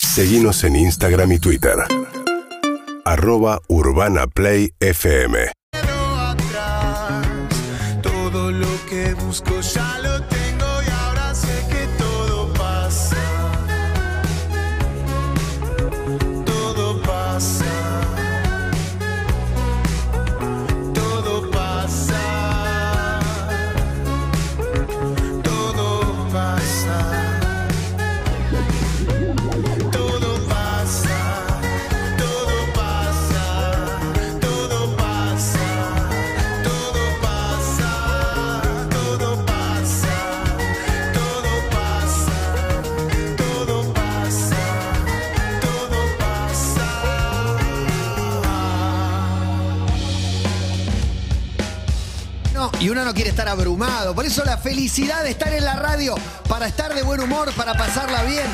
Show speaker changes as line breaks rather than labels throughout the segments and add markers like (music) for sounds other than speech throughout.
Seguimos en Instagram y Twitter. Arroba Urbana Play FM.
Pero atrás. Todo lo que busco ya lo tengo y ahora sé que todo pasa. Todo pasa. Todo pasa. Todo pasa. Todo pasa. Todo pasa. Todo pasa. Todo pasa. Todo pasa. Todo pasa. Todo pasa. Todo pasa.
No, y uno no quiere estar abrumado. Por eso la felicidad de estar en la radio, para estar de buen humor, para pasarla bien.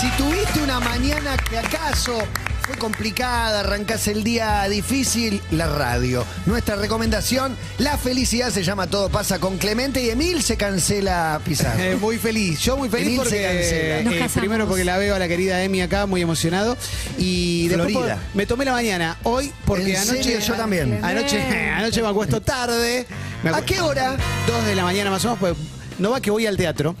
Si tuviste una mañana que acaso fue complicada, arrancás el día difícil, la radio. Nuestra recomendación, la felicidad se llama Todo pasa con Clemente y Emil se cancela
Eh,
Pizarro.
muy feliz, yo muy feliz
Emil se
porque
cancela.
eh,
Nos casamos.
primero porque la veo a la querida Emi acá muy emocionado y después
Florida.
por- me tomé la mañana hoy porque
En
anoche
serio, yo también.
(laughs) Anoche anoche me acuesto tarde. Me
¿A
acu-
qué hora?
Dos de la mañana más o menos, pues no va que voy al teatro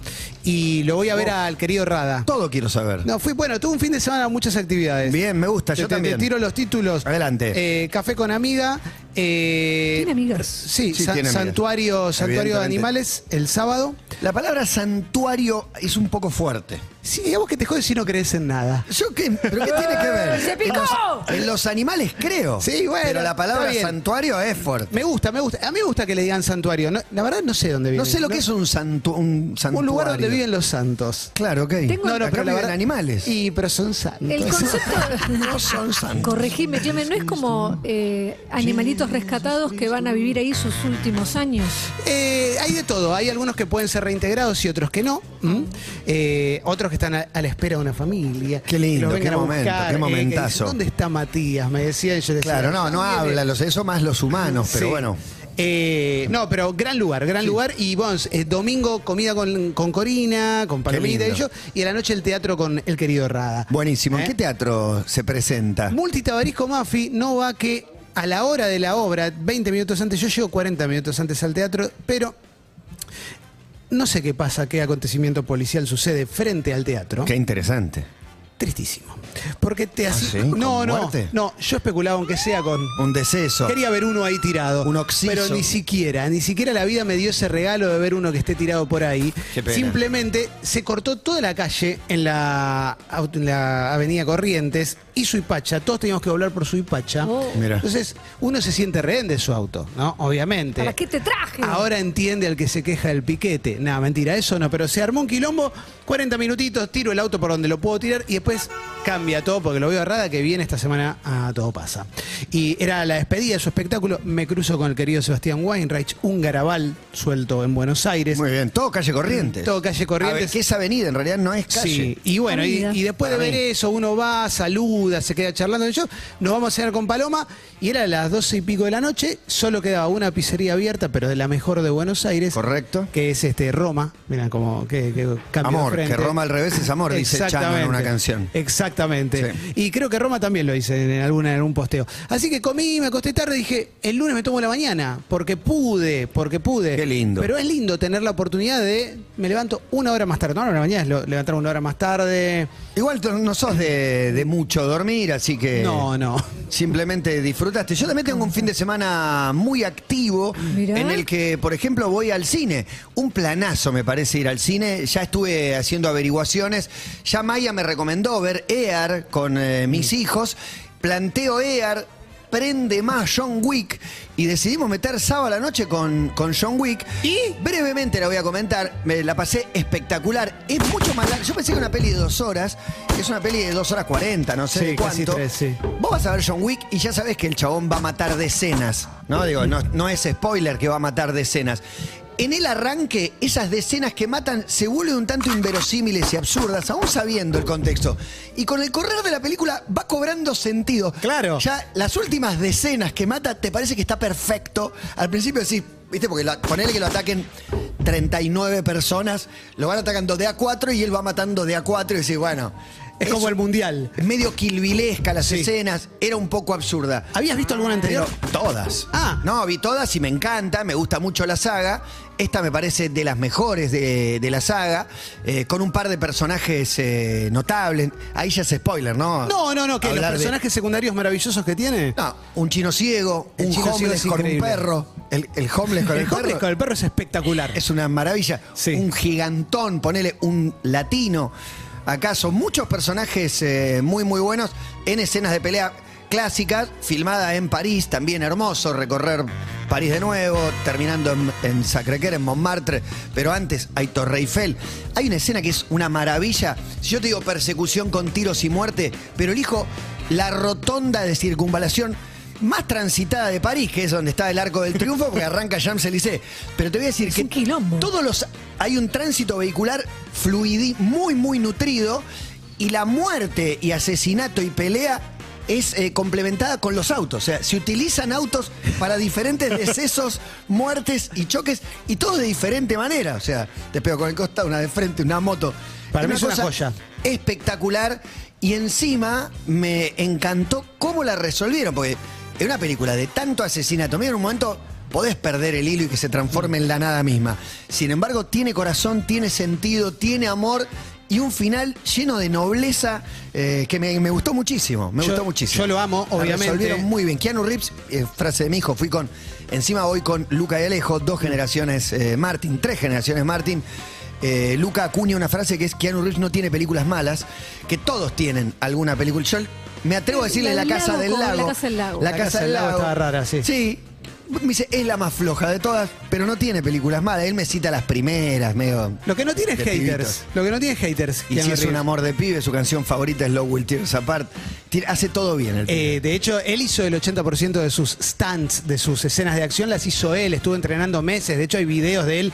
y lo voy a ver
Oh.
al querido Rada.
Todo quiero saber.
No, fui bueno, tuve un fin de semana muchas actividades.
Bien, me gusta,
Te-
yo
te-
también.
Te tiro los títulos.
Adelante.
Eh, Café con amiga. eh,
¿Tiene amigas?
Sí,
Sí,
sa-
tiene amigas.
santuario, santuario de
Evidentemente.
animales el sábado.
La palabra santuario es un poco fuerte.
Sí, digamos que te jodes si no crees en nada.
¿Yo qué? ¿Pero qué tiene que ver? (laughs)
¡Se
En los,
picó!
en los animales creo.
Sí, bueno,
Pero la palabra
está bien.
santuario es fuerte.
Me gusta, me gusta. A mí me gusta que le digan santuario. No- la verdad no sé dónde viene.
No sé lo que es un, santu- un santuario.
Un lugar donde viven los santos.
Claro, ok.
Tengo-
No, no, pero
la
viven
verdad-
animales. Ah,
Y, pero son santos.
El concepto. (laughs)
no son santos.
Corregime, Clemen, ¿no es como eh, animalitos rescatados que van a vivir ahí sus últimos años?
(laughs) Eh, hay de todo. Hay algunos que pueden ser reintegrados y otros que no. ¿Mm? Eh, otros que están a, a la espera de una familia.
Qué lindo,
Que los vengan
qué
a
momento,
buscar,
qué
eh, que dicen,
momentazo.
¿Dónde está Matías? Me decían. Yo decía,
Claro, no, no
"Ah, viene".
habla, los- eso más los humanos, pero
Sí.
bueno.
Eh, no, pero gran lugar, gran lugar. Y bueno, eh, domingo comida con, con Corina, con Palomita y
lindo.
ellos. Y a la noche el teatro con el querido Rada.
Buenísimo. ¿En
¿Eh?
qué teatro se presenta?
Multitabarisco Mafi no va que a la hora de la obra, 20 minutos antes, yo llego 40 minutos antes al teatro, pero no sé qué pasa, qué acontecimiento policial sucede frente al teatro.
Qué interesante.
Tristísimo. Porque te así.
Ah, sí? ¿Con
No, no,
muerte?
no. Yo especulaba aunque sea con.
Un deceso.
Quería ver uno ahí tirado.
Un oxiso.
Pero ni siquiera, ni siquiera la vida me dio ese regalo de ver uno que esté tirado por ahí.
Qué pena.
Simplemente se cortó toda la calle en la, aut- en la avenida Corrientes y Suipacha. Todos teníamos que doblar por Suipacha.
Oh.
Mira.
Entonces, uno se siente rehén de su auto, ¿no? Obviamente.
¿Para qué te traje?
Ahora entiende al que se queja del piquete. Nada, mentira, eso no. Pero se armó un quilombo, 40 minutitos, tiro el auto por donde lo puedo tirar y después cambia todo porque lo veo a Rada que viene esta semana a Todo Pasa. Y era la despedida de su espectáculo. Me cruzo con el querido Sebastián Weinreich, un garabal suelto en Buenos Aires.
Muy bien, todo calle Corrientes.
Todo calle
A ver,
Corrientes.
que es avenida, en realidad no es calle.
Sí, y bueno, y,
Amiga.
y después de
Para
ver
mí.
eso, uno va, saluda, se queda charlando. Yo, nos vamos a cenar con Paloma y era las doce y pico de la noche, solo quedaba una pizzería abierta, pero de la mejor de Buenos Aires.
Correcto.
Que es este Roma, mira como que, que cambio de
Amor,
frente.
que Roma al revés es amor, dice Chano en una
Exactamente.
canción.
Exactamente.
Sí.
Y creo que Roma también lo hice en, alguna, en algún posteo. Así que comí, me acosté tarde, dije, el lunes me tomo la mañana, porque pude, porque pude.
Qué lindo.
Eh, Pero es lindo tener la oportunidad de, me levanto una hora más tarde, no, no, la mañana es lo- levantar una hora más tarde.
Igual tú no sos de, de mucho dormir, así que.
No, no.
Simplemente disfrutaste. Yo también tengo un fin de semana muy activo
Mirá.
en el que, por ejemplo, voy al cine. Un planazo me parece ir al cine. Ya estuve haciendo averiguaciones. Ya Maya me recomendó ver EAR con eh,
Mm.
mis hijos. Planteo EAR, prende más John Wick y decidimos meter sábado a la noche con, con John Wick.
¿Y?
Brevemente la voy a comentar. Me la pasé espectacular. Es mucho más larga. Yo pensé que era una peli de dos horas. Es una peli de dos horas cuarenta, no sé
Sí,
de
casi
cuánto.
tres, sí.
Vos vas a ver John Wick y ya sabés que el chabón va a matar decenas, ¿no? Digo, no, no es spoiler que va a matar decenas. En el arranque, esas decenas que matan se vuelven un tanto inverosímiles y absurdas, aún sabiendo el contexto. Y con el correr de la película va cobrando sentido.
Claro.
Ya las últimas decenas que mata te parece que está perfecto. Al principio decís, ¿viste? Porque lo- ponele que lo ataquen 39 personas, lo van atacando de a 4 y él va matando de a 4 y decís, bueno,
Es como el mundial.
Medio quilvilesca las
Sí.
escenas, era un poco absurda.
¿Habías visto alguna anterior?
Pero todas.
Ah.
No, vi todas y me encanta, me gusta mucho la saga. Esta me parece de las mejores de, de la saga, eh, con un par de personajes eh, notables. Ahí ya es spoiler, ¿no?
No, no, no, que los
ah, Hablar de-
personajes secundarios maravillosos que tiene.
No, un chino ciego,
El
un
chino ciego
homeless
es
con un
increíble.
perro. El, el homeless con el,
(laughs) el
perro.
Homeless con el perro es espectacular.
Es una maravilla.
Sí.
Un gigantón, ponele un latino. ¿Acaso? Muchos personajes eh, muy, muy buenos en escenas de pelea clásicas, filmada en París, también hermoso, recorrer París de nuevo, terminando en, en Sacré-Cœur, en Montmartre, pero antes hay Torre Eiffel. Hay una escena que es una maravilla. Si yo te digo persecución con tiros y muerte, pero elijo la rotonda de circunvalación más transitada de París, que es donde está el Arco del Triunfo, porque arranca Champs-Élysées. Pero te voy a decir
Es
que
un quilombo.
todos los hay un tránsito vehicular fluidi, muy muy nutrido y la muerte y asesinato y pelea es eh, complementada con los autos, o sea, se utilizan autos para
(laughs)
diferentes decesos, muertes y choques y todo de diferente manera, o sea, te pego con el costado, una de frente, una moto.
Para mí es una joya.
espectacular y encima me encantó cómo la resolvieron, porque en una película de tanto asesinato, mira, en un momento podés perder el hilo y que se transforme en la nada misma. Sin embargo, tiene corazón, tiene sentido, tiene amor y un final lleno de nobleza eh, que me, me gustó muchísimo, me
Yo-
gustó muchísimo.
yo lo amo,
La
obviamente.
resolvieron muy bien. Keanu Reeves, eh, frase de mi hijo, fui con, encima voy con Luca y Alejo, dos generaciones eh, Martin, tres generaciones Martin. Eh, Luca acuña una frase que es Keanu Reeves no tiene películas malas, que todos tienen alguna película. Yo me atrevo a decirle La,
La del
Casa
lago
del
con-
Lago.
La Casa del Lago.
La Casa del Lago.
estaba rara, sí.
Sí. Me dice, es la más floja de todas, pero no tiene películas malas. Él me cita las primeras, medio.
Lo que no tiene es
de
haters.
pibitos.
Lo que no tiene es haters.
Y si
Keanu
es un
Reeves.
amor de pibe, su canción favorita es Low Will Tears Apart. Tiene- Hace todo bien el pibe.
Eh, de hecho, él hizo el 80% de sus stunts, de sus escenas de acción, las hizo él. Estuvo entrenando meses. De hecho, hay videos de él,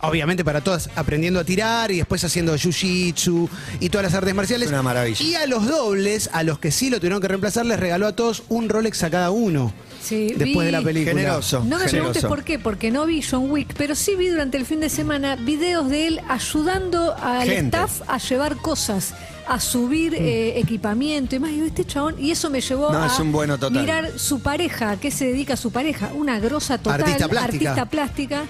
obviamente para todas, aprendiendo a tirar y después haciendo jiu-jitsu y todas las artes marciales.
Es una maravilla.
Y a los dobles, a los que sí lo tuvieron que reemplazar, les regaló a todos un Rolex a cada uno.
Sí,
después
vi-
de la película.
Generoso.
No me
generoso.
preguntes por qué, porque no vi John Wick, pero sí vi durante el fin de semana videos de él ayudando al
Gente. Mm.
staff a llevar cosas, a subir eh, equipamiento y más. Y digo, este chabón, y eso me llevó
No,
a
es un bueno total.
mirar su pareja, a qué se dedica su pareja, una grosa total,
Artista plástica.
artista plástica.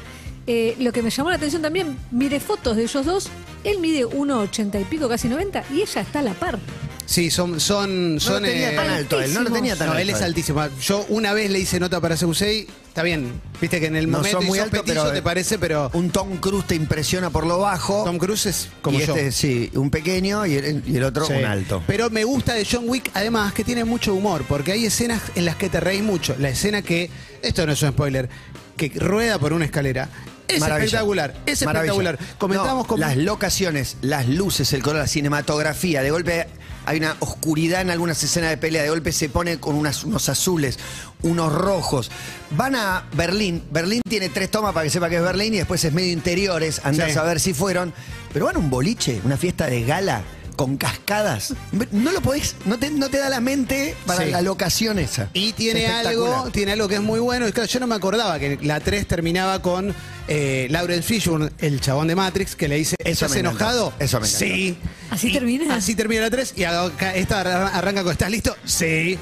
Eh, lo que me llamó la atención también, miré fotos de ellos dos, él mide 1,80 y pico, casi 90, y ella está a la par.
Sí, son. son,
No lo
son
tenía
eh,
tan alto él, no lo tenía tan
No,
alto.
él es
él.
altísimo. Yo una vez le hice nota para Seusei, está bien. Viste que en el
No
momento
sos
y
muy
sos
alto,
petizo,
pero, eh,
te parece, pero
Un Tom Cruise te impresiona por lo bajo.
Tom Cruise es como
y
yo.
este, sí, un pequeño y el, y el otro
Sí.
un alto.
Pero me gusta de John Wick, además, que tiene mucho humor, porque hay escenas en las que te reís mucho. La escena que, esto no es un spoiler, que rueda por una escalera. Es
Maravilla.
espectacular, es
Maravilla.
espectacular. Comentamos
No,
con
Las locaciones, las luces, el color, la cinematografía. De golpe hay una oscuridad en algunas escenas de pelea. De golpe se pone con unas- unos azules, unos rojos. Van a Berlín. Berlín tiene tres tomas para que sepa que es Berlín y después es medio interiores. Andás
Sí.
a ver si fueron. Pero van a un boliche, una fiesta de gala con cascadas. No lo podés, no te, no te da la mente para
Sí.
la locación esa.
Y
Es
tiene algo,
espectacular.
tiene algo que es muy bueno. Y claro, yo no me acordaba que la 3 terminaba con eh, Laurel Fishburne, el chabón de Matrix, que le dice,
Eso
¿estás
me encantó,
enojado?
eso me encantó.
Sí.
¿Así
Y
termina?
Así termina la 3 y acá- esta arra- arranca con, ¿estás listo? Sí.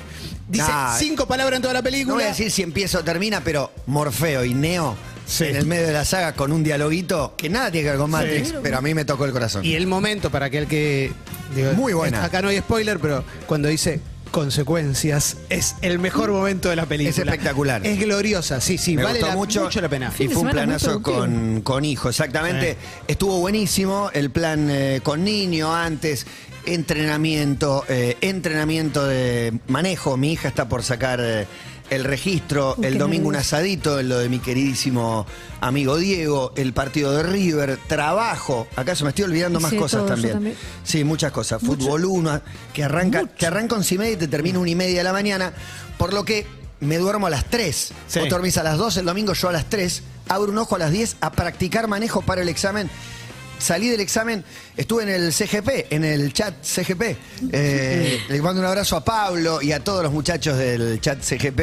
Dice
Nah.
cinco palabras en toda la película.
No voy a decir si empieza o termina, pero Morfeo y Neo
Sí.
en el medio de la saga con un dialoguito que nada tiene que ver con Matrix, pero a mí me tocó el corazón.
Y el momento para aquel que. digo,
Muy buena.
Acá no hay spoiler, pero cuando dice consecuencias, es el mejor momento de la película.
Es espectacular.
Es gloriosa, sí, sí.
me
vale
gustó
la-
mucho,
la pena.
Fin
Y
de
fue un
semana muy
planazo con, con hijo, exactamente. Estuvo buenísimo el plan eh, con niño antes, entrenamiento, eh, entrenamiento de manejo. Mi hija está por sacar eh, el registro,
Uy,
el
qué
domingo un
nervios.
asadito, en lo de mi queridísimo amigo Diego, el partido de River, trabajo. ¿Acaso me estoy olvidando más
Hice
cosas
todo yo
también?
también.
Sí, muchas cosas.
Mucho.
Fútbol 1, que arranca, que arranca 11 y media y te termina una y media de la mañana, por lo que me duermo a las 3.
Sí.
Vos te dormís a las 2 el domingo, yo a las 3. Abro un ojo a las 10 a practicar manejo para el examen. Salí del examen, estuve en el CGP, en el chat CGP. Eh, le mando un abrazo a Pablo y a todos los muchachos del chat CGP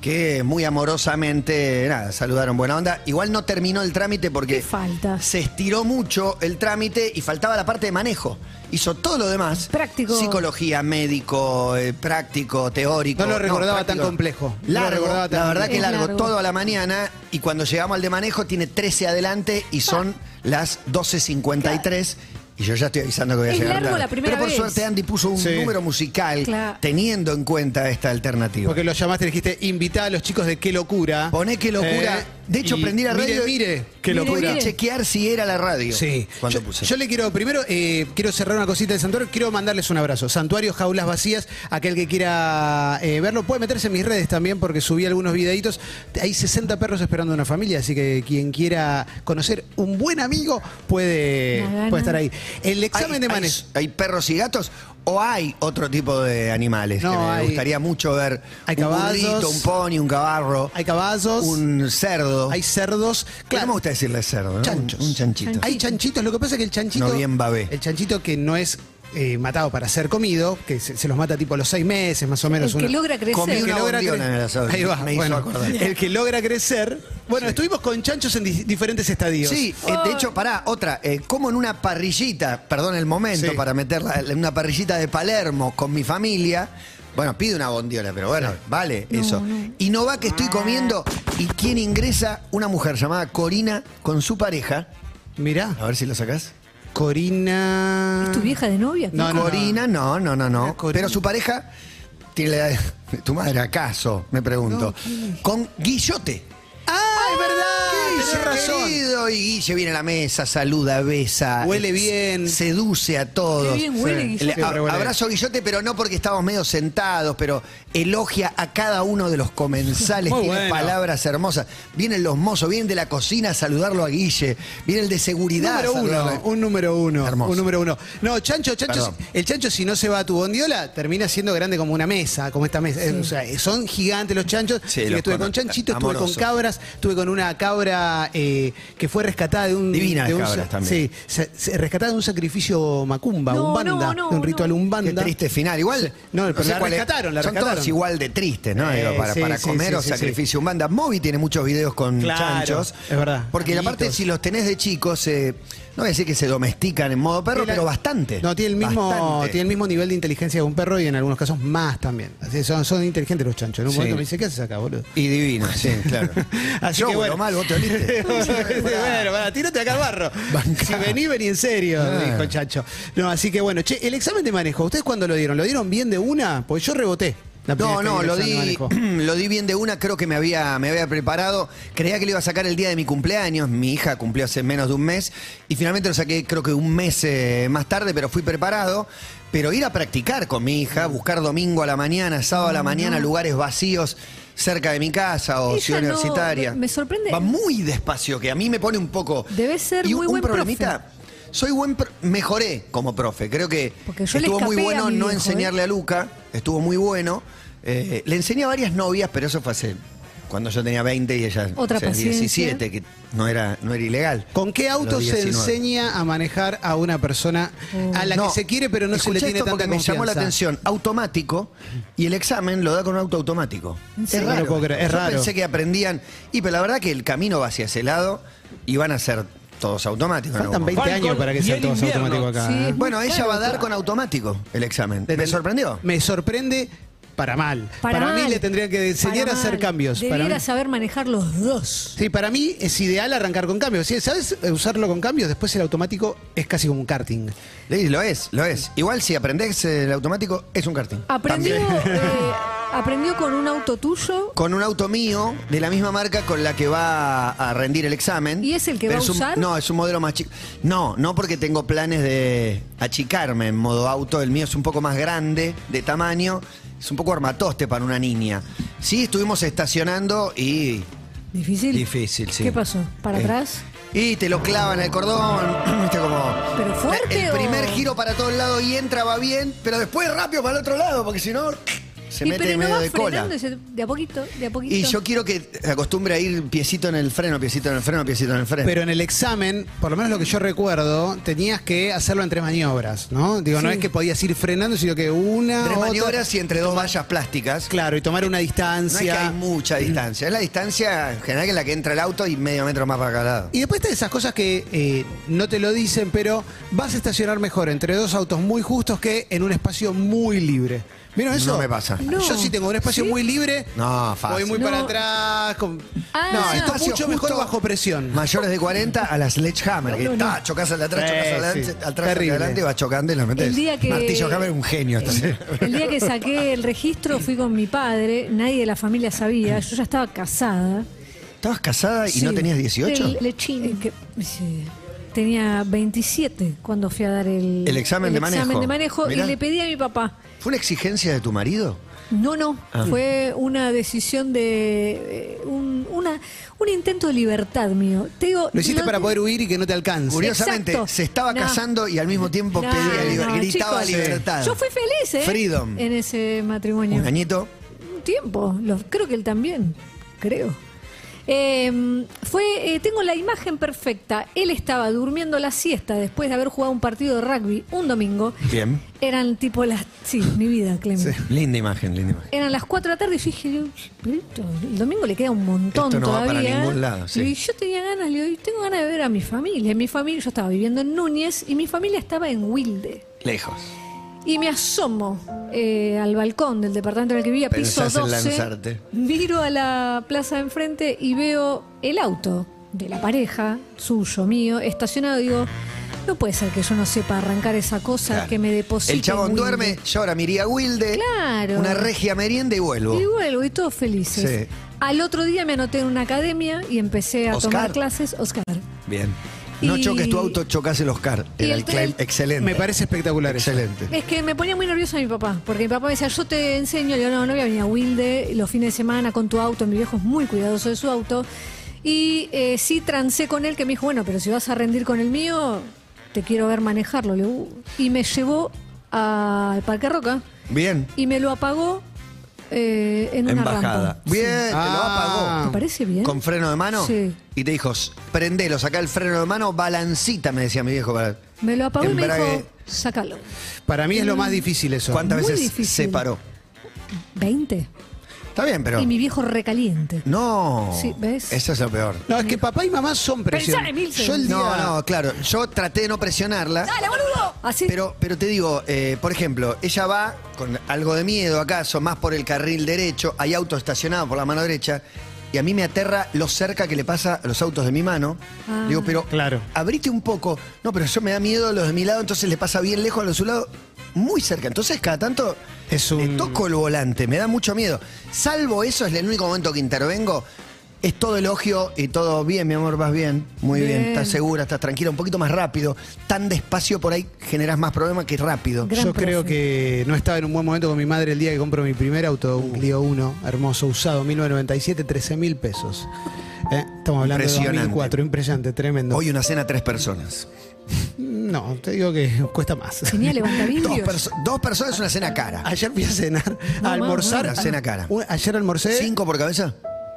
que muy amorosamente nada, saludaron buena onda. Igual no terminó el trámite porque
Qué falta.
se estiró mucho el trámite y faltaba la parte de manejo. hizo todo lo demás.
Práctico.
Psicología, médico, eh, práctico, teórico.
No lo recordaba tan
práctico.
complejo. No lo
Largo,
recordaba tan
la verdad que
complejo. Es
largo,
largo.
todo a la mañana. Y cuando llegamos al de manejo tiene 13 adelante y son las 12.53. Y yo ya estoy avisando que voy a
Es
llegar
largo
tarde.
la primera
Pero por
vez.
suerte Andy puso un
Sí.
número musical
Claro.
teniendo en cuenta esta alternativa.
Porque lo llamaste y dijiste, invita a los chicos de Qué Locura.
Poné qué locura.
Eh,
de hecho,
y
prendí la
mire,
radio.
Mire, qué
Mire,
locura.
Pude chequear si era la radio.
Sí.
Cuando
yo,
puse.
yo le quiero, primero, eh, quiero cerrar una cosita del santuario. Quiero mandarles un abrazo. Santuario Jaulas Vacías. Aquel que quiera eh, verlo puede meterse en mis redes también porque subí algunos videitos. Hay 60 perros esperando una familia, así que quien quiera conocer un buen amigo puede,
Una gana.
puede estar ahí. El examen
¿Hay-
de
hay-
manejo.
Hay, perros y gatos o hay otro tipo de animales que
No,
me
hay-
gustaría mucho ver?
hay
un
caballos.
burrito, un pony, un caballo,
Hay caballos,
un cerdo.
hay cerdos.
¿Qué me gusta decirle cerdo? no?
Chanchos.
Un, un chanchito.
Hay chanchitos, lo que pasa es que el chanchito.
No bien babé.
El chanchito que no es eh, matado para ser comido, que se, se los mata tipo a los seis meses más o menos.
El que
una-
logra crecer.
Comí
El que
una
logra
bondiola en
cre-
el asado.
Ahí va,
Me hizo
bueno,
acordar.
el que logra crecer. Bueno, estuvimos con chanchos en di- diferentes estadios.
Sí, eh, de hecho, pará, otra, eh, como en una parrillita, perdón el momento
Sí.
para meterla, en una parrillita de Palermo con mi familia, bueno, pide una bondiola, pero bueno, vale eso. Y no va que estoy comiendo, y quien ingresa, una mujer llamada Corina con su pareja,
Mirá,
a ver si lo sacás.
Corina.
¿Es tu vieja de novia?
No, no, no.
Corina, no, no, no, no.
Ah, Corina.
Pero su pareja tiene la edad de tu madre, acaso, me pregunto. Con Guillote.
¡Ah, es verdad! Tenés
Guille,
razón.
querido, y Guille viene a la mesa, saluda, besa.
Huele
eh,
bien.
Seduce a todos.
Qué bien huele, Guillote.
Le- a-
Siempre huele.
abrazo a Guillote, pero no porque estamos medio sentados, pero elogia a cada uno de los comensales.
Muy
tiene
bueno.
palabras hermosas. Vienen los mozos, vienen de la cocina a saludarlo a Guille. Viene el de seguridad.
Número
a saludarlo.
uno, un número uno,
Hermoso.
un número uno. No, chancho, chancho,
Perdón.
el chancho si no se va a tu bondiola termina siendo grande como una mesa, como esta mesa. Eh, O sea, eh, son gigantes los chanchos.
Sí,
Así que
los
estuve con
conozco.
chanchitos, estuve
Amoroso.
con cabras, estuve con una cabra eh, que fue rescatada de un
Divinas
de un-
cabras también.
Sí, se- se- rescatada de un sacrificio macumba,
No,
un banda,
no, no,
de un ritual
no.
un
Qué
banda.
triste final. Igual.
No, pero la
cuál es.
rescataron, la
Son
rescataron.
todos igual de tristes, ¿no?
Eh,
Digo, para
sí,
para
sí,
comer
sí,
o
sí,
sacrificio humana. Moby tiene muchos videos con
Claro,
chanchos.
es verdad.
Porque
Amiguitos.
aparte, si los tenés de chicos, eh, no voy a decir que se domestican en modo perro,
Tiene la-
pero bastante.
No, tiene el, mismo,
Bastante.
tiene el mismo nivel de inteligencia de un perro y en algunos casos más también. Así que son, son inteligentes los chanchos. En un
Sí.
momento me dice, ¿qué haces acá, (laughs) boludo?
Y divino, sí, claro.
(laughs) Así
Yo
que
huelo
bueno.
mal, vos te
(laughs)
oliste.
bueno, pará, tírate acá al barro.
Bancá.
Si vení, vení en serio,
Ah.
dijo Chacho. No, así que bueno, che, el examen de manejo, ¿ustedes cuándo lo dieron? ¿Lo dieron bien de una? Pues yo reboté. la primera
No,
vez
no,
que di el
lo
examen de
di,
manejo.
(clears throat) lo di bien de una, creo que me había, me había preparado. Creía que lo iba a sacar el día de mi cumpleaños, mi hija cumplió hace menos de un mes, y finalmente lo saqué creo que un mes eh, más tarde, pero fui preparado. Pero ir a practicar con mi hija, buscar domingo a la mañana, sábado a la mañana, lugares vacíos cerca de mi casa o
Ella
ciudad
no-
universitaria.
me- me sorprende.
Va muy despacio, que a mí me pone un poco...
Debe ser
y
muy
un
buen
problemita, Soy buen, pro- mejoré como profe, creo que
Porque yo le
estuvo muy
escapé a
bueno
mi
no
viejo, ¿eh?
enseñarle a Luca, estuvo muy bueno. Eh, le enseñé a varias novias, pero eso fue hace cuando yo tenía 20 y ella
Otra
o sea,
paciencia.
17, que no era, no era ilegal.
(clears throat) ¿Con qué auto
Los
se
19.
enseña a manejar a una persona a la
No,
que se quiere pero no se
escuchá
le tiene
esto
tanta
porque me
confianza?
llamó la atención, automático, y el examen lo da con un auto automático.
serio? No lo puedo creer, es
Yo
raro.
pensé que aprendían, y pero la verdad que el camino va hacia ese lado y van a ser todos automáticos. en
Faltan
algún
20
momento.
años para que sea todo automático acá.
Sí,
¿eh?
es muy
Bueno, ella
caro,
va a dar
claro.
con automático el examen.
Le
Me
ten-
sorprendió.
Me sorprende para mal. Para,
Para,
mí
mal.
le tendrían que enseñar
Para
a hacer
mal.
cambios. Para
Debiera
mí-
saber manejar los dos.
Sí, para mí es ideal arrancar con cambios. Si sabes usarlo con cambios, después el automático es casi como un karting.
Leis, lo es, lo es. Igual si aprendés el automático, es un karting.
Aprendió,
También. (laughs)
eh, aprendió con un auto tuyo.
Con un auto mío, de la misma marca con la que va a rendir el examen.
¿Y es el que
Pero
va a
un-
usar?
no, es un modelo más chico. No, no porque tengo planes de achicarme en modo auto. El mío es un poco más grande, de tamaño. Es un poco armatoste para una niña. Sí, estuvimos estacionando y...
¿Difícil?
Difícil, sí.
¿Qué pasó? ¿Para
Eh.
atrás?
Y te lo clavan el cordón, (clears throat) viste como...
¿Pero fuerte
El
o-
primer giro para todos lados y entra, va bien, pero después rápido para el otro lado, porque si no... se
Y
mete
pero
en
no
medio
va
de cola.
frenando, dice, de a poquito, de a poquito.
Y yo quiero que se acostumbre a ir piecito en el freno, piecito en el freno, piecito en el freno.
Pero en el examen, por lo menos lo que yo recuerdo, tenías que hacerlo entre maniobras, ¿no? Digo, no
Sí.
es que podías ir frenando, sino que una.
Tres
otra-
maniobras y entre dos vallas plásticas.
Claro, y tomar una
No es que
distancia.
hay mucha distancia. Es la distancia en general en la que entra el auto y medio metro más para cada lado.
Y después están esas cosas que eh, no te lo dicen, pero vas a estacionar mejor entre dos autos muy justos que en un espacio muy libre. ¿Vieron eso?
No me pasa.
No.
Yo sí tengo un espacio
¿Sí?
muy libre.
No, fácil.
Voy muy
No.
para atrás. con-
Ah.
no,
No,
esto es
espacio
mucho mejor
justo-
bajo presión.
Mayores de 40 a la sledgehammer. que
No, no,
ta,
no.
chocas al de atrás,
Sí,
chocas al adelante,
sí.
al atrás,
Terrible.
al adelante, y vas chocando y la metes.
El día que-
Martillo Hammer es un genio. entonces.
(laughs) El día que saqué el registro fui con mi padre, nadie de la familia sabía, yo ya estaba casada.
¿Estabas casada y
Sí.
no tenías 18?
Del- Eh, que- sí. Tenía 27 cuando fui a dar el,
El examen de manejo.
examen de manejo
Mirá.
y le pedí a mi papá.
¿Fue una exigencia de tu marido?
No, no,
Ah.
fue una decisión de eh, un, una, un intento de libertad mío. Te digo,
Lo hiciste
no-
para poder huir y que no te alcance.
Curiosamente,
Exacto.
se estaba
No.
casando y al mismo tiempo
No,
pedía liber-
no,
gritaba
chicos,
libertad.
Yo fui feliz, ¿eh?
Freedom.
En ese matrimonio.
Un añito.
un tiempo, lo- creo que él también, creo. Eh, fue, eh, tengo la imagen perfecta. Él estaba durmiendo la siesta después de haber jugado un partido de rugby un domingo.
Bien.
Eran tipo las. Sí, mi vida, Clem.
Linda imagen, linda imagen.
Eran las 4 de la tarde y yo dije, yo, pero esto, el domingo le queda un montón
Esto no va
todavía.
para ningún lado, sí.
Y yo tenía ganas, le digo, tengo ganas de ver a mi familia. Mi familia, yo estaba viviendo en Núñez y mi familia estaba en Wilde.
Lejos.
Y me asomo eh, al balcón del departamento en el que vivía, piso
Pensás en
12.
lanzarte.
Miro a la plaza de enfrente y veo el auto de la pareja, suyo, mío, estacionado. Digo, no puede ser que yo no sepa arrancar esa cosa
Claro.
que me deposita.
El chabón
en Wilde".
duerme, yo ahora me iría a Wilde.
Claro.
Una regia merienda y vuelvo.
Y vuelvo, y todos felices.
Sí.
Al otro día me anoté en una academia y empecé a
Oscar.
tomar clases. Oscar.
Bien. No
Y-
choques tu auto, chocas el Oscar.
Y
Era
el
el claim.
tren-
Excelente.
Me parece espectacular eso.
Excelente.
Es que me ponía muy nerviosa mi papá, porque mi papá me decía, yo te enseño, le digo, no, no voy a venir a Wilde los fines de semana con tu auto, mi viejo es muy cuidadoso de su auto. Y eh, sí trancé con él, que me dijo, bueno, pero si vas a rendir con el mío, te quiero ver manejarlo. Le digo, "Uh". y me llevó al Parque Roca
Bien.
y me lo apagó eh, en una
Embajada.
rampa.
Bien, te
Ah.
lo apagó.
¿Te parece bien?
¿Con freno de mano?
Sí.
Y te dijo, prendelo, sacá el freno de mano, balancita, me decía mi viejo. para-
Me lo apagó y me
Embrague.
dijo, sácalo.
Para mí es lo más difícil eso.
¿Cuántas
Muy
veces
difícil.
se paró?
20.
Está bien, pero...
Y mi viejo recaliente.
No.
Sí, ¿ves?
Eso es lo peor.
No, es que papá y mamá son presión.
Pensá, Emilce.
Yo el día...
No, no, claro. Yo traté de no presionarla.
¡Dale, boludo! Así.
Pero, pero te digo, eh, por ejemplo, ella va con algo de miedo acaso, más por el carril derecho, hay auto estacionado por la mano derecha, y a mí me aterra lo cerca que le pasa a los autos de mi mano.
Ah.
Digo, pero
Claro.
abrite un poco. No, pero yo me da miedo los de mi lado, entonces le pasa bien lejos a los de su lado, muy cerca. Entonces cada tanto
Es
le
un-
toco el volante, me da mucho miedo. Salvo eso, es el único momento que intervengo. Es todo elogio y todo bien, mi amor, vas bien, muy bien,
Bien.
estás segura, estás tranquila, un poquito más rápido. Tan despacio por ahí generas más problemas que rápido.
Gran
Yo creo
profe.
que no estaba en un buen momento con mi madre el día que compro mi primer auto,
Uh.
un Clio 1, hermoso, usado, 1997, 13 mil pesos. Eh, Estamos hablando de
Impresionante.
2004, impresionante, tremendo.
Hoy una cena, tres personas.
No, te digo que cuesta más.
Tenía levantavidrios.
(laughs) Dos, perso- dos personas, una cena cara.
(laughs) Ayer fui a cenar,
No,
a almorzar.
no, no. Cena cara.
Un- Ayer almorcé
¿Cinco por cabeza?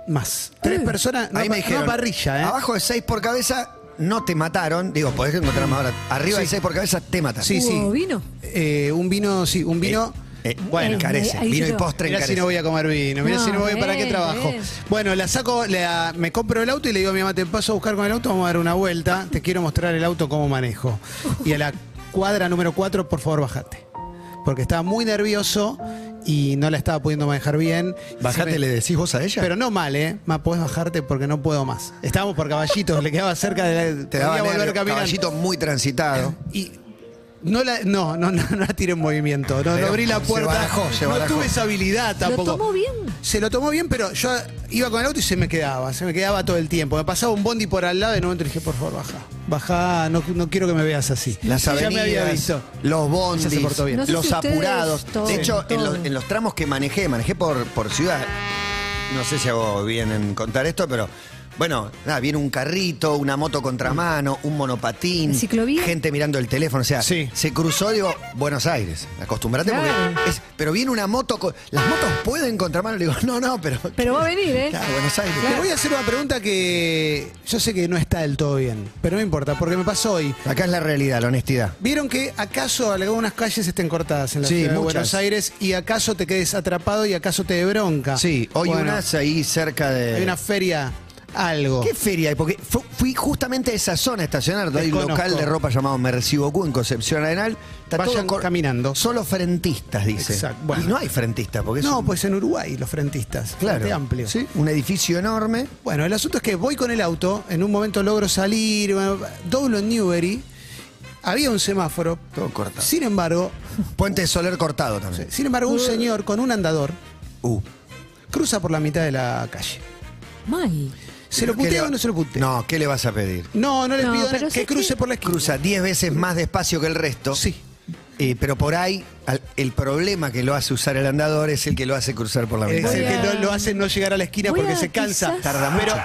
más. Tres personas, ¿eh? no,
Ahí
pa-
me
no
dijeron.
parrilla, ¿eh?
Abajo de seis por cabeza no te mataron. Digo, podés encontrar más ahora. Arriba de
Sí.
seis por cabeza te mataron.
Sí, sí.
¿Hubo vino?
Eh, un vino, sí, un vino.
Eh,
bueno.
bueno, encarece.
ahí
Vino y
yo-
postre
Mira
encarece.
si no voy a comer vino, mira
No,
si no voy para qué
bien,
trabajo.
bien.
Bueno, la saco, la- me compro el auto y le digo a mi mamá, te paso a buscar con el auto, vamos a dar una vuelta, te quiero mostrar el auto cómo manejo. Y a la cuadra número 4, por favor, bajate. Porque estaba muy nervioso y no la estaba pudiendo manejar bien.
Bajate,
Se me-
le decís vos a ella.
Pero no mal, ¿eh? Ma, podés bajarte porque no puedo más. Estábamos por caballitos, le quedaba cerca de la...
te
podía
daba
volver
nervio,
caminando.
caballito muy transitado.
Y no la, no, no, no, no la tiré en movimiento. No, no abrí la
se
puerta.
barajó, se
no
barajó.
tuve esa habilidad tampoco.
tomó bien?
Se lo tomó bien, pero yo iba con el auto y se me quedaba, se me quedaba todo el tiempo. Me pasaba un bondi por al lado y en un momento dije, por favor, baja. Baja, no, no quiero que me veas así.
Las
ya
avenidas,
me había visto.
los bondis,
Ella se portó bien.
No sé
los
si ustedes
apurados.
todo,
de hecho, en
todo.
los, en los tramos que manejé, manejé por, por ciudad. No sé si hago bien en contar esto, pero Bueno, nada, viene un carrito, una moto contramano, un monopatín,
¿Ciclovía?
gente mirando el teléfono, o sea,
Sí.
se cruzó, digo, Buenos Aires, acostumbrate
Claro.
porque es- pero viene una moto, con- las motos pueden contramano, le digo, (laughs) no, no, pero...
Pero va a venir, ¿eh?
Claro, Buenos Aires.
Le voy a hacer una pregunta que yo sé que no está del todo bien, pero no importa, porque me pasó hoy.
Acá es la realidad, la honestidad.
¿Vieron que acaso algunas calles estén cortadas en la
Sí,
ciudad de
muchas.
Buenos Aires y acaso te quedes atrapado y acaso te de bronca?
Sí, hoy
Ah. Bueno,
unas ahí cerca de...
Hay una feria, algo.
¿Qué feria? hay? Porque fu- fui justamente a esa zona a estacionar. donde Hay un
Desconozco.
local de ropa llamado Me Recibo Q en Concepción Arenal. Está
Vayan
todo cor-
caminando.
Solo frentistas, dice.
Exacto, bueno.
Y no hay frentistas, porque es
No,
un-
pues en Uruguay, los frentistas.
claro,
Frente amplio.
Sí, un edificio enorme.
Bueno, el asunto es que voy con el auto, en un momento logro salir, bueno, doblo en Newbery, había un semáforo.
Todo cortado. (laughs)
Sin embargo,
Puente de Soler cortado también.
sin embargo, un señor con un andador
Uh.
cruza por la mitad de la calle.
Mal.
¿Se lo
¿Qué le
puteo
va-
o no se lo puteo?
No, ¿qué le vas a pedir?
No, no le
No,
pido
pero
nada,
si
que
es que-
cruce por la esquina.
Cruza 10 veces más despacio que el resto.
Sí.
Eh, pero por ahí, al- el problema que lo hace usar el andador es el que lo hace cruzar por la
Es
mitad.
el
Voy
que
a-
lo, lo hace no llegar a la esquina
voy
porque
a
se cansa.
quizás-
Tarda mucho.
Pero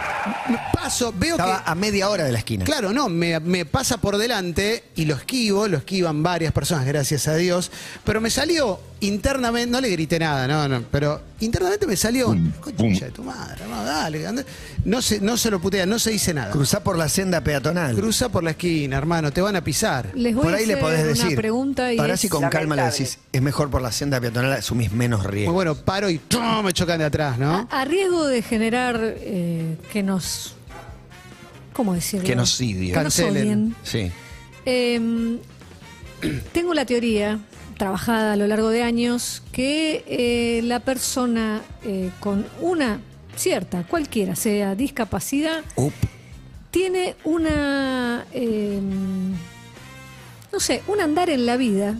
m- paso, veo
Estaba
que.
a media hora de la esquina.
Claro, no, me, me pasa por delante y lo esquivo, lo esquivan varias personas, gracias a Dios. Pero me salió internamente, no le grité nada, no, no, pero internamente me salió. Concha de tu madre, no, dale, anda". no se, no se lo putea, no se dice nada.
Cruzá por la senda peatonal.
Cruza por la esquina, hermano, te van a pisar.
Les voy
Por
a
ahí le
hacer
podés
una
decir.
pregunta y
parás y
es-
con calma le
Lamentable.
decís, es mejor por la senda peatonal, asumís menos
Muy
riesgo.
bueno, paro y ¡tum! me chocan de atrás, ¿no?
A, a riesgo de generar eh, que nos. ¿Cómo decirlo?
Que nos idien.
Que nos
Cancelen.
odien.
Sí.
Eh, (clears throat) tengo la teoría, trabajada a lo largo de años, que eh, la persona eh, con una cierta, cualquiera sea, discapacidad,
Up.
tiene una, eh, no sé, un andar en la vida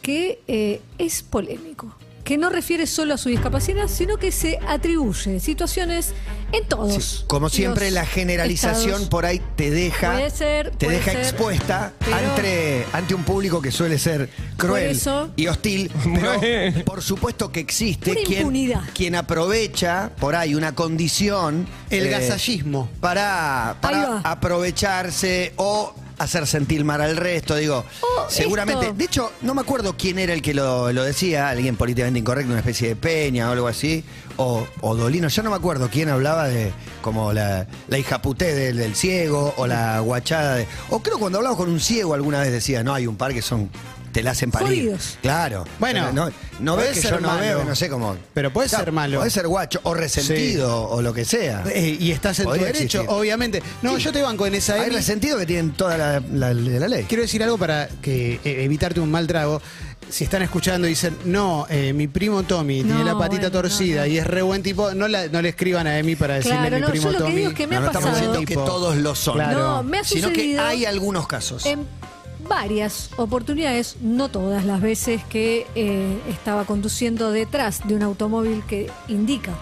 que eh, es polémico, que no refiere solo a su discapacidad, sino que se atribuye situaciones en todos.
Sí. Como siempre,
los
la generalización
estados.
por ahí te deja,
Puede ser,
te
puede
deja
ser,
expuesta
pero-
ante, ante un público que suele ser cruel
eso-
y hostil. Pero por supuesto que existe
Una
quien,
impunidad.
quien aprovecha por ahí una condición.
El
eh,
gasallismo.
para,
Ahí
para
va.
aprovecharse o hacer sentir mal al resto, digo.
Oh,
seguramente.
esto.
De hecho, no me acuerdo quién era el que lo, lo decía, alguien políticamente incorrecto, una especie de peña o algo así, o, o Dolino, ya no me acuerdo quién hablaba de como la, la hija puté del, del ciego o la guachada de. O creo cuando hablaba con un ciego alguna vez decía, no, hay un par que son. Te la hacen parir.
Jodidos.
Claro.
Bueno,
Pero no, no
puede
ves que
ser
yo no
malo.
veo, no sé cómo.
Pero puede
Claro,
ser malo.
Puede ser guacho, o resentido, o lo que sea.
Eh, y estás en tu
Podría
derecho,
existir.
obviamente. No, yo te banco en esa
Hay
Emi.
resentido que tienen toda la, la- la ley.
Quiero decir algo para que eh, evitarte un mal trago. Si están escuchando y dicen, no, eh, mi primo Tommy tiene
No,
la patita
bueno,
torcida
no, no.
y es re buen tipo, no, la- no le escriban a Emi para decirle
Claro,
mi
no, yo
primo
lo que
Tommy.
digo es que
No,
me ha
no estamos
pasado.
diciendo que todos lo son.
Claro.
No, me ha
Sino
sucedido.
que hay algunos casos.
En varias oportunidades, no todas las veces que eh, estaba conduciendo detrás de un automóvil que indica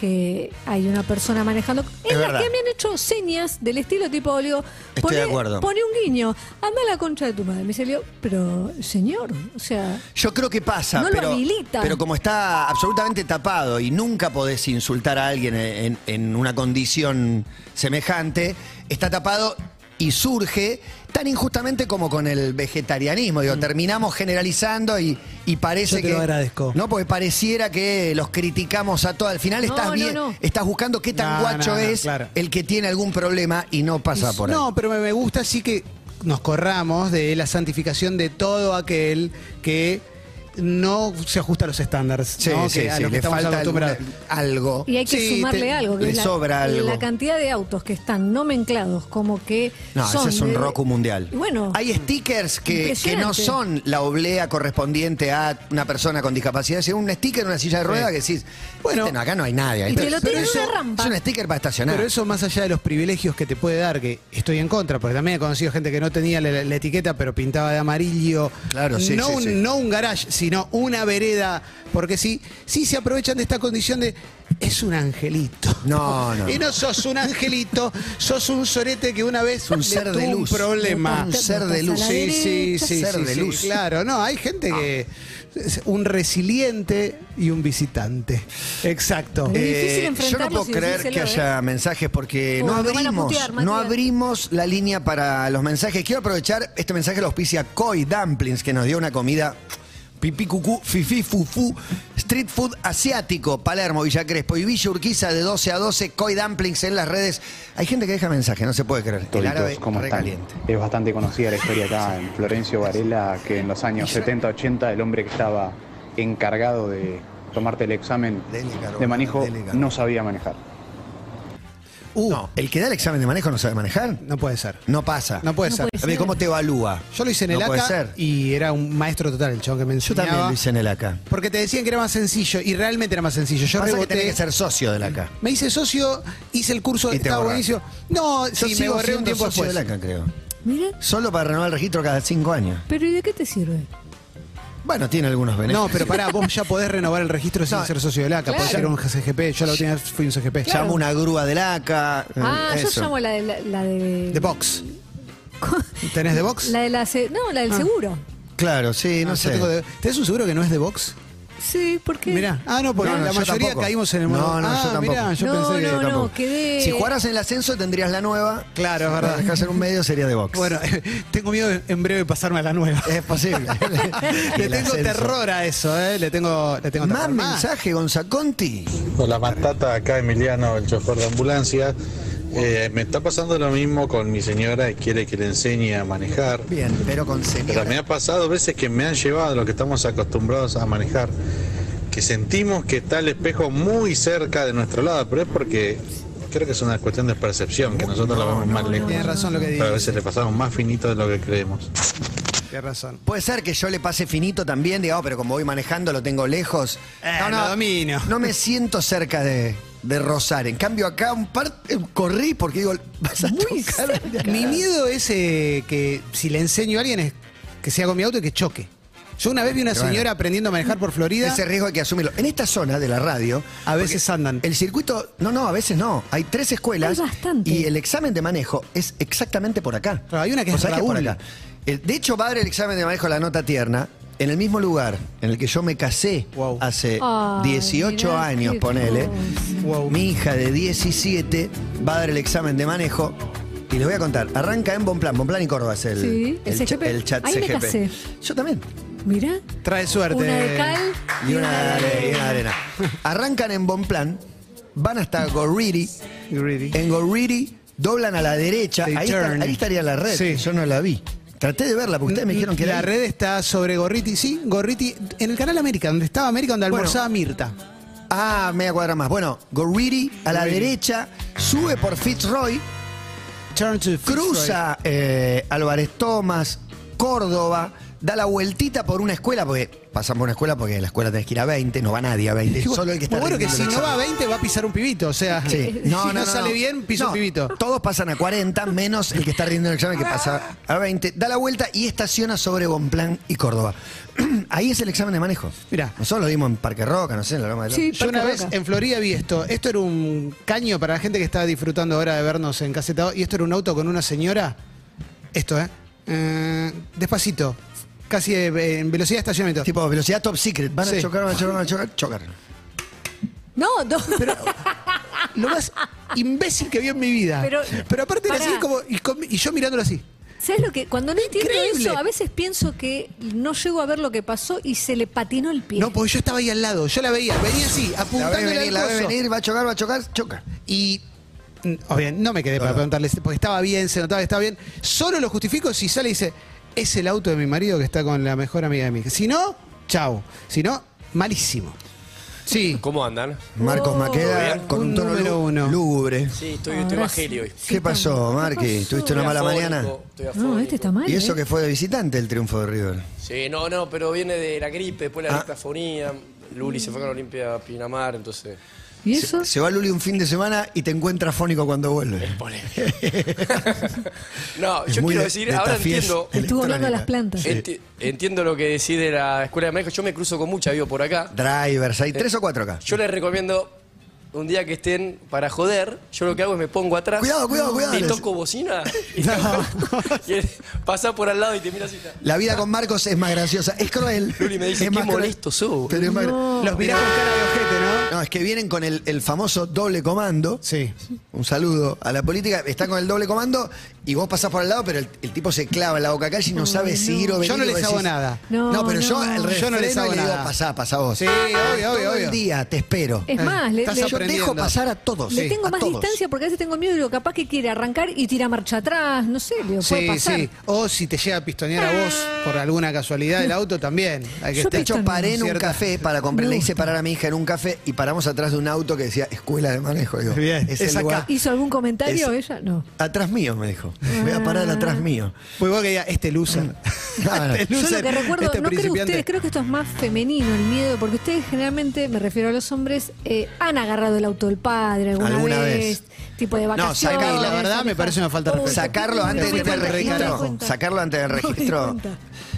que hay una persona manejando, en las
verdad.
que me han hecho señas del estilo tipo, le digo,
Estoy
"Poné-
de acuerdo.
poné un guiño, anda a la concha de tu madre. Me salió, pero señor, o sea,
Yo creo que pasa,
No lo
pero,
habilitan.
pero como está absolutamente tapado y nunca podés insultar a alguien en, en una condición semejante, está tapado y surge tan injustamente como con el vegetarianismo. Digo, terminamos generalizando y, y parece
Mm. Yo te
que.
lo agradezco.
No, porque pareciera que los criticamos a todos. Al final
No,
estás
no,
bien,
no.
estás buscando qué tan
No,
guacho
no, no,
es
claro.
el que tiene algún problema y no pasa por ahí.
No, pero me, me gusta así que nos corramos de la santificación de todo aquel que no se ajusta a los estándares
Sí,
¿no?
sí,
que a
sí,
los que
le
estamos
falta
acostumbrados.
alguna- algo.
y hay que
Sí,
sumarle
te-
algo, que
le
es la,
sobra algo.
la cantidad de autos que están no menclados, como que
No,
son
ese es un
de-
roco mundial.
Y Bueno,
hay stickers que, que no
Impresionante.
son la oblea correspondiente a una persona con discapacidad, sino un sticker en una silla de ruedas que decís,
Bueno.
bueno, acá no hay nadie.
Y te lo
Pero
tiran en
eso-
una rampa.
Es un sticker para estacionar.
Pero eso más allá de los privilegios que te puede dar, que estoy en contra, porque también he conocido gente que no tenía la, la etiqueta, pero pintaba de amarillo.
Claro, sí,
no
sí,
un,
sí.
No un garage, sino una vereda, porque sí, sí se aprovechan de esta condición de es un angelito.
No, no.
Y no sos un angelito, sos un sorete que una vez
Un
le
ser
tuvo
de
un
luz.
problema.
Un ser de luz.
Sí, sí, sí,
Ser
sí,
de
sí,
luz.
Claro, no, hay gente que es un resiliente y un visitante. Exacto.
Muy
Eh,
difícil
yo no
enfrentarlos
puedo
y
creer que
decírselo, ¿eh?
haya mensajes porque
Oh,
no
lo van a
abrimos,
putear,
no
Matías.
abrimos la línea para los mensajes. Quiero aprovechar este mensaje lo auspicia Koi Dumplings que nos dio una comida pipí cucú, fifi fufú, street food asiático, Palermo, Villa Crespo y Villa Urquiza de 12 a 12, Koi Dumplings en las redes. Hay gente que deja mensaje, no se puede creer. El árabe
Toritos, ¿cómo están?
recaliente.
Es bastante conocida la historia acá en Florencio Varela, que en los años 70-80 el hombre que estaba encargado de tomarte el examen
Dele, Carol,
de manejo
dele, Carol.
no sabía manejar.
uh,
No, el que da el examen de manejo no sabe manejar.
no puede ser.
No pasa.
No puede
No
ser.
puede
A ver, ¿cómo te evalúa?
Yo lo hice en el
No puede
ACA
ser.
y era un maestro total, el chabón que me
Yo
enseñaba.
también lo hice en el ACA.
Porque te decían que era más sencillo y realmente era más sencillo. Yo
Pasa que
reboté.
tenés que ser socio del ACA.
Me hice socio, hice el curso,
Y te
estaba
borraste.
buenísimo. No,
Yo
sí, me
sigo
borré
siendo
un tiempo
socio
después.
de la ACA, creo.
Miren,
Solo para renovar el registro cada cinco años.
pero ¿y de qué te sirve?
Bueno, tiene algunos
No,
beneficios.
pero pará, vos ya podés renovar el registro sin
No,
ser socio de la ACA, podés ser
claro.
un CGP, yo la última vez fui un CGP.
Llamo una grúa del ACA.
Ah,
eh,
yo
eso.
llamo la de la, la de.
De box. ¿Tenés de box?
(laughs) La de la se- no, la del
Ah.
seguro.
Claro, sí, no,
Ah, Yo
sé.
tengo de- ¿Tenés un seguro que no es de box?
Sí, ¿por qué?
Mirá. Ah, no, porque
No, no,
la
yo
mayoría
tampoco.
caímos en el mundo.
No, no,
ah,
yo tampoco.
mirá, yo
No,
pensé que.
no,
Yo tampoco.
quedé-
Si jugaras en el ascenso tendrías la nueva.
Claro, es
Si
verdad.
dejás en un medio sería de box.
Bueno, (laughs) tengo miedo de en breve pasarme a la nueva.
es (laughs) posible.
Le (laughs)
El
tengo
ascenso.
terror a eso, ¿eh? Le tengo, le tengo
Más
terror. Ah,
mensaje, Gonzaconti.
Hola Matata, acá Emiliano, el chofer de ambulancia. Eh, me está pasando lo mismo con mi señora y quiere que le enseñe a manejar.
Bien, pero con
Pero me
señora.
ha pasado veces que me han llevado lo que estamos acostumbrados a manejar, que sentimos que está el espejo muy cerca de nuestro lado, pero es porque creo que es una cuestión de percepción, que nosotros lo vemos más lejos.
Tienes razón lo que
Pero a
dices.
veces le pasamos más finito de lo que creemos.
Tienes razón.
Puede ser que yo le pase finito también, digamos, pero como voy manejando lo tengo lejos.
Eh, lo domino.
No me siento cerca de, de rozar. En cambio acá un par eh, corrí porque digo, (laughs) vas a
Muy
tocar-
cerca.
Mi miedo es eh, que si le enseño a alguien es que se haga mi auto y que choque. Yo una vez vi una
Pero bueno.
señora aprendiendo a manejar por Florida.
Ese riesgo hay que asumirlo. En esta zona de la radio.
A veces
porque
andan.
El circuito. No, no, a veces no. Hay tres escuelas.
Hay bastante.
Y el examen de manejo es exactamente por acá.
Claro, hay una que
¿Vos
es
sabés por
Raúl.
acá. Eh, De hecho, va a haber el examen de manejo de la nota tierna en el mismo lugar en el que yo me casé
Wow.
hace
Ay,
18
mirá
años,
qué
ponele.
cosa.
Wow.
Mi hija de 17 va a dar el examen de manejo. Y les voy a contar, arranca en Bonplan, Bonplan y Córdoba es el,
Sí,
el,
el
cha-
CGP.
el chat
Ahí me
CGP.
casé.
Yo también.
Mirá.
Trae suerte.
Una de cal
Y una de, y una de arena. Arrancan en Bonplan, van hasta Gorriti.
Greedy.
En Gorriti doblan a la derecha.
They
Ahí, está-
turn.
ahí estaría la red.
Sí.
Yo no la vi. Traté de verla porque ustedes me dijeron que
la
era ahí.
red está sobre Gorriti, sí, Gorriti, en el canal América, donde estaba América, donde
Bueno.
almorzaba Mirta.
Ah, media cuadra más. Bueno, Gorriti a la
Gorriti.
derecha, sube por Fitzroy,
Turn to Fitzroy.
cruza eh, Álvarez Tomás, Córdoba, da la vueltita por una escuela, porque pasamos por una escuela porque en la escuela tenés que ir a 20, no va nadie a 20,
Digo,
solo el que está
bueno, que
rindiendo
si
el
no va a
examen.
20 va a pisar un pibito, o sea,
Sí.
(laughs) si no, sale bien, pisa
No,
un pibito.
Todos pasan a 40, menos el que está rindiendo el examen, que pasa
Ah.
a 20. Da la vuelta y estaciona sobre Bonplan y Córdoba. (clears throat) Ahí es el examen de manejo.
Mirá.
Nosotros lo dimos en Parque Roca, no sé, en la Loma de
Sí,
Yo una
Parque
vez
Roca.
en Florida vi esto. Esto era un caño para la gente que estaba disfrutando ahora de vernos en Casetado. Y esto era un auto con una señora. Esto, ¿eh? Eh, despacito. Casi eh, en velocidad de estacionamiento.
Tipo, velocidad top secret. Van
Sí.
a chocar, van a chocar, van a chocar, chocar.
No, no.
Pero lo más imbécil que vi en mi vida. Pero,
Pero-
aparte era
Pará.
así como. Y, con- y yo mirándolo así.
(laughs) ¿Sabes lo que? Cuando no entiendo
Increíble.
eso, a veces pienso que no llego a ver lo que pasó y se le patinó el pie.
No, porque yo estaba ahí al lado. Yo la veía. Venía así,
La ve
apuntándole
venir,
al
la ve
coso.
venir, va a chocar, va a chocar, choca.
Y. mm, Obviamente, no me quedé para preguntarles, porque estaba bien, se notaba que estaba bien. Solo lo justifico si sale y dice: Es el auto de mi marido que está con la mejor amiga de mi hija. Si no, chau. Si no, malísimo.
(laughs)
Sí.
¿Cómo andan?
Marcos Maqueda
bien.
con un,
Un
tono
Oh. número
lú-
uno.
lúgubre.
Sí, estoy,
Ahora
estoy
sí.
bajeli hoy.
Sí,
¿Qué pasó,
¿qué
Marqui?
pasó?
¿Tuviste una
Estoy
mala
afónico,
mañana?
estoy
No,
afónico.
este está mal.
Y eso
¿eh?
que fue de visitante el triunfo de River.
Sí, no, no, pero viene de la gripe, después la
Ah.
gripe afonía. Luli se fue con Olimpia a Pinamar, entonces.
¿Y eso?
Se va Luli un fin de semana y te encuentra fónico cuando vuelve.
no,
Es
yo
muy
quiero
de-
decir,
de
ahora
tafiés.
entiendo.
Estuvo hablando de las plantas.
enti- entiendo lo que decís de la escuela de manejo. Yo me cruzo con mucha, vivo por acá.
Drivers, hay tres o cuatro acá.
Yo les recomiendo un día que estén para joder. Yo lo que hago es me pongo atrás.
Cuidado, cuidado, cuidado.
Y toco bocina. Y, (laughs) y él pasa por al lado y te mira así. está.
La vida con Marcos es más graciosa. Es cruel.
Luli me dice,
Es
qué
más cruel.
molesto sos.
Pero es más gra-
Los mirás con cara de ojete, ¿no?
No, es que vienen con el, el famoso doble comando.
Sí.
Un saludo a la política. Están con el doble comando y vos pasás por al lado, pero el, el tipo se clava en la boca calle y no sabe seguir o venir.
Yo no
y vos
les hago
decís-
nada.
No,
No, pero yo
no.
al revés.
Yo no les hago
y le digo,
nada.
pasá, pasá vos.
Sí, obvio,
Todo
obvio,
el
obvio.
día, te espero.
Es más, le,
Estás
le-
yo dejo
aprendiendo.
pasar a todos.
le
Eh, sí,
tengo
a
más
todos.
distancia porque a veces tengo miedo. Digo, capaz que quiere arrancar y tira marcha atrás. No sé, digo, puede
Sí,
pasar.
sí. O si te llega a pistonear a vos por alguna casualidad del auto,
(laughs)
también. Hay que
Yo
De
estar-
hecho, paré en un
Cierta-
café para comprar. Le
Me
hice parar a mi hija en un café y paramos atrás de un auto que decía Escuela de Manejo. Digo,
Bien,
es
es
el
acá.
lugar.
¿Hizo algún comentario
Es-
ella? No.
Atrás mío, me dijo. Voy a parar
Ah.
atrás mío.
Pues vos que digas, este
(laughs)
loser.
No, no.
Este
Yo lo
loser,
que recuerdo,
este
no creo
principiante.
ustedes, creo que esto es más femenino el miedo, porque ustedes generalmente, me refiero a los hombres, eh, han agarrado el auto del padre alguna,
Alguna
vez,
vez.
tipo de vacaciones.
sacá, y la
verdad me parece una falta de
Uy,
respeto.
Eh, Sacarlo
no me
antes
di
del
cuenta, no me di
registro.
cuenta.
Sacarlo antes del
(laughs) No me di
registro.
cuenta.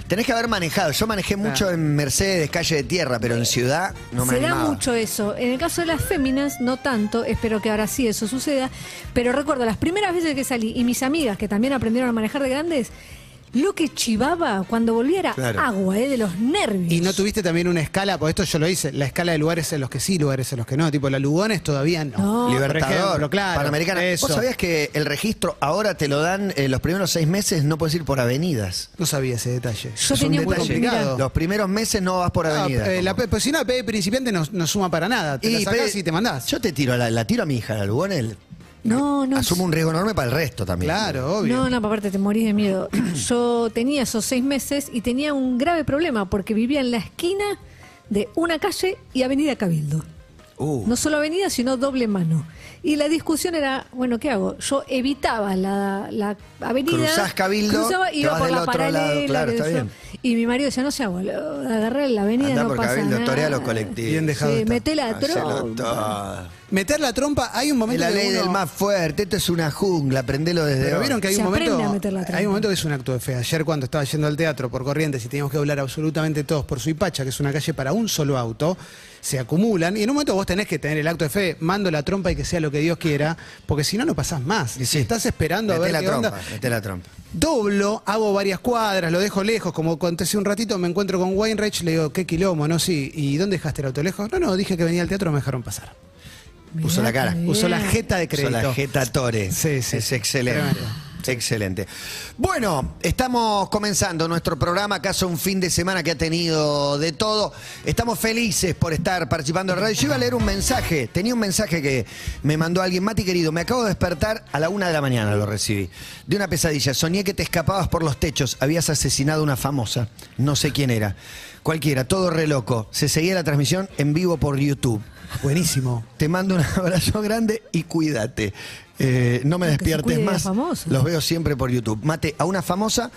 Tenés que haber manejado. Yo manejé mucho en Mercedes, calle de tierra, pero en ciudad no me
se da
animaba.
mucho eso. En el caso de las féminas, no tanto, espero que ahora sí eso suceda, pero recuerdo las primeras veces que salí y mis amigas que también aprendieron a manejar de grandes, lo que chivaba cuando volvía era
Claro.
agua, eh, de los nervios.
Y no tuviste también una escala, porque esto yo lo hice, la escala de lugares en los que sí, lugares en los que no. Tipo, la Lugones todavía no.
No.
Por
Libertador,
ejemplo, claro.
Panamericana.
Eso.
¿Vos sabías que el registro ahora te lo dan eh, los primeros seis meses? No puedes ir por avenidas.
No sabía ese detalle.
Yo
Es
tenía
un
un
detalle.
complicado.
Los primeros meses no vas por
Ah,
avenida.
eh, la P- pues si no, la P de principiante no, no suma para nada. Te la sacás
pe-
y te mandás.
Yo te tiro, a la, la tiro a mi hija, la Lugones.
No, no.
Asumo un riesgo enorme para el resto también.
claro, obvio.
No, no, aparte te morís
(clears throat)
de miedo. Yo tenía esos seis meses y tenía un grave problema porque vivía en la esquina de una calle y Avenida Cabildo.
Uh.
No solo avenida, sino doble mano. Y la discusión era, bueno, ¿qué hago? Yo evitaba la, la avenida.
Cruzás Cabildo,
cruzaba,
te
iba
vas
por
del
la
otro lado,
paralela.
claro,
que
está
eso.
bien.
Y mi marido decía, no sea boludo, agarré la avenida,
Andá
no
por
pasa
Cabildo,
nada.
torea los colectivos.
Bien dejado
Sí,
está.
meté la
Hacelo
trompa.
todo.
Meter la trompa, hay un
Es
momento
la
que
ley
uno-
del más fuerte, esto es una jungla, aprendelo desde
Pero
hoy.
vieron que hay
Se
un
aprende a
momento.
meter la trampa.
Hay un momento que es un acto de fe. Ayer cuando estaba yendo al teatro por corrientes y teníamos que doblar absolutamente todos por Suipacha, que es una calle para un solo auto, se acumulan y en un momento vos tenés que tener el acto de fe, mando la trompa y que sea lo que Dios quiera, porque si no no pasás más.
Y
Si
sí.
estás esperando a
Meté
ver
la
qué
trompa,
onda,
meté la trompa.
doblo, hago varias cuadras, lo dejo lejos, como conté hace un ratito, me encuentro con Weinreich, le digo, qué quilombo, ¿no? Sí, ¿y dónde dejaste el auto lejos? No, no, dije que venía al teatro, me dejaron pasar.
Puso la cara.
Mirá,
Usó la
mirá.
jeta de crédito.
Son la Jeta Tore.
Sí, sí.
Es excelente.
Tremendo.
Excelente. Bueno, estamos comenzando nuestro programa, acaso un fin de semana que ha tenido de todo. Estamos felices por estar participando en radio. Yo iba a leer un mensaje, tenía un mensaje que me mandó alguien, Mati querido, me acabo de despertar a la una de la mañana, lo recibí, de una pesadilla. Soñé que te escapabas por los techos, habías asesinado a una famosa, no sé quién era. Cualquiera, todo re loco. Se seguía la transmisión en vivo por YouTube.
Buenísimo.
Te mando un (laughs) abrazo grande y cuídate. Eh, no me
No, que se
despiertes
cuide la
más.
famosa.
Los veo siempre por YouTube. Mate, a una famosa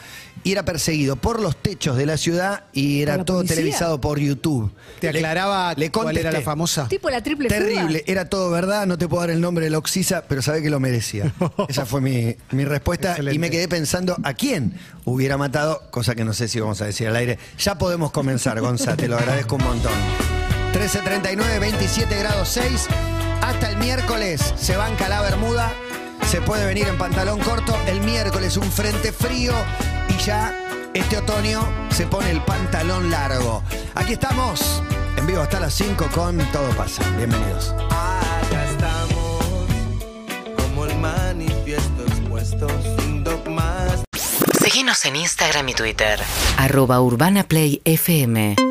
y era perseguido por los techos de la ciudad y
¿Por
era
la
todo
policía?
televisado por YouTube.
Te
Le-
aclaraba
le
cuál era la
contesté.
famosa.
Tipo la triple fuga.
Terrible, era todo verdad, no te puedo dar el nombre de la Oxisa, pero sabe que lo
(laughs)
merecía. Esa fue mi, mi respuesta
Excelente.
y me quedé pensando a quién hubiera matado, cosa que no sé si vamos a decir al aire. Ya podemos comenzar, Gonza, te lo agradezco un montón. 13.39, 27 grados 6. Hasta el miércoles se banca la bermuda, se puede venir en pantalón corto. El miércoles un frente frío y ya este otoño se pone el pantalón largo. Aquí estamos, en vivo hasta las 5 con Todo Pasa. Bienvenidos.
Acá estamos, como el manifiesto expuesto, sin dogmas.
Seguinos en Instagram y Twitter. Arroba Urbana Play FM.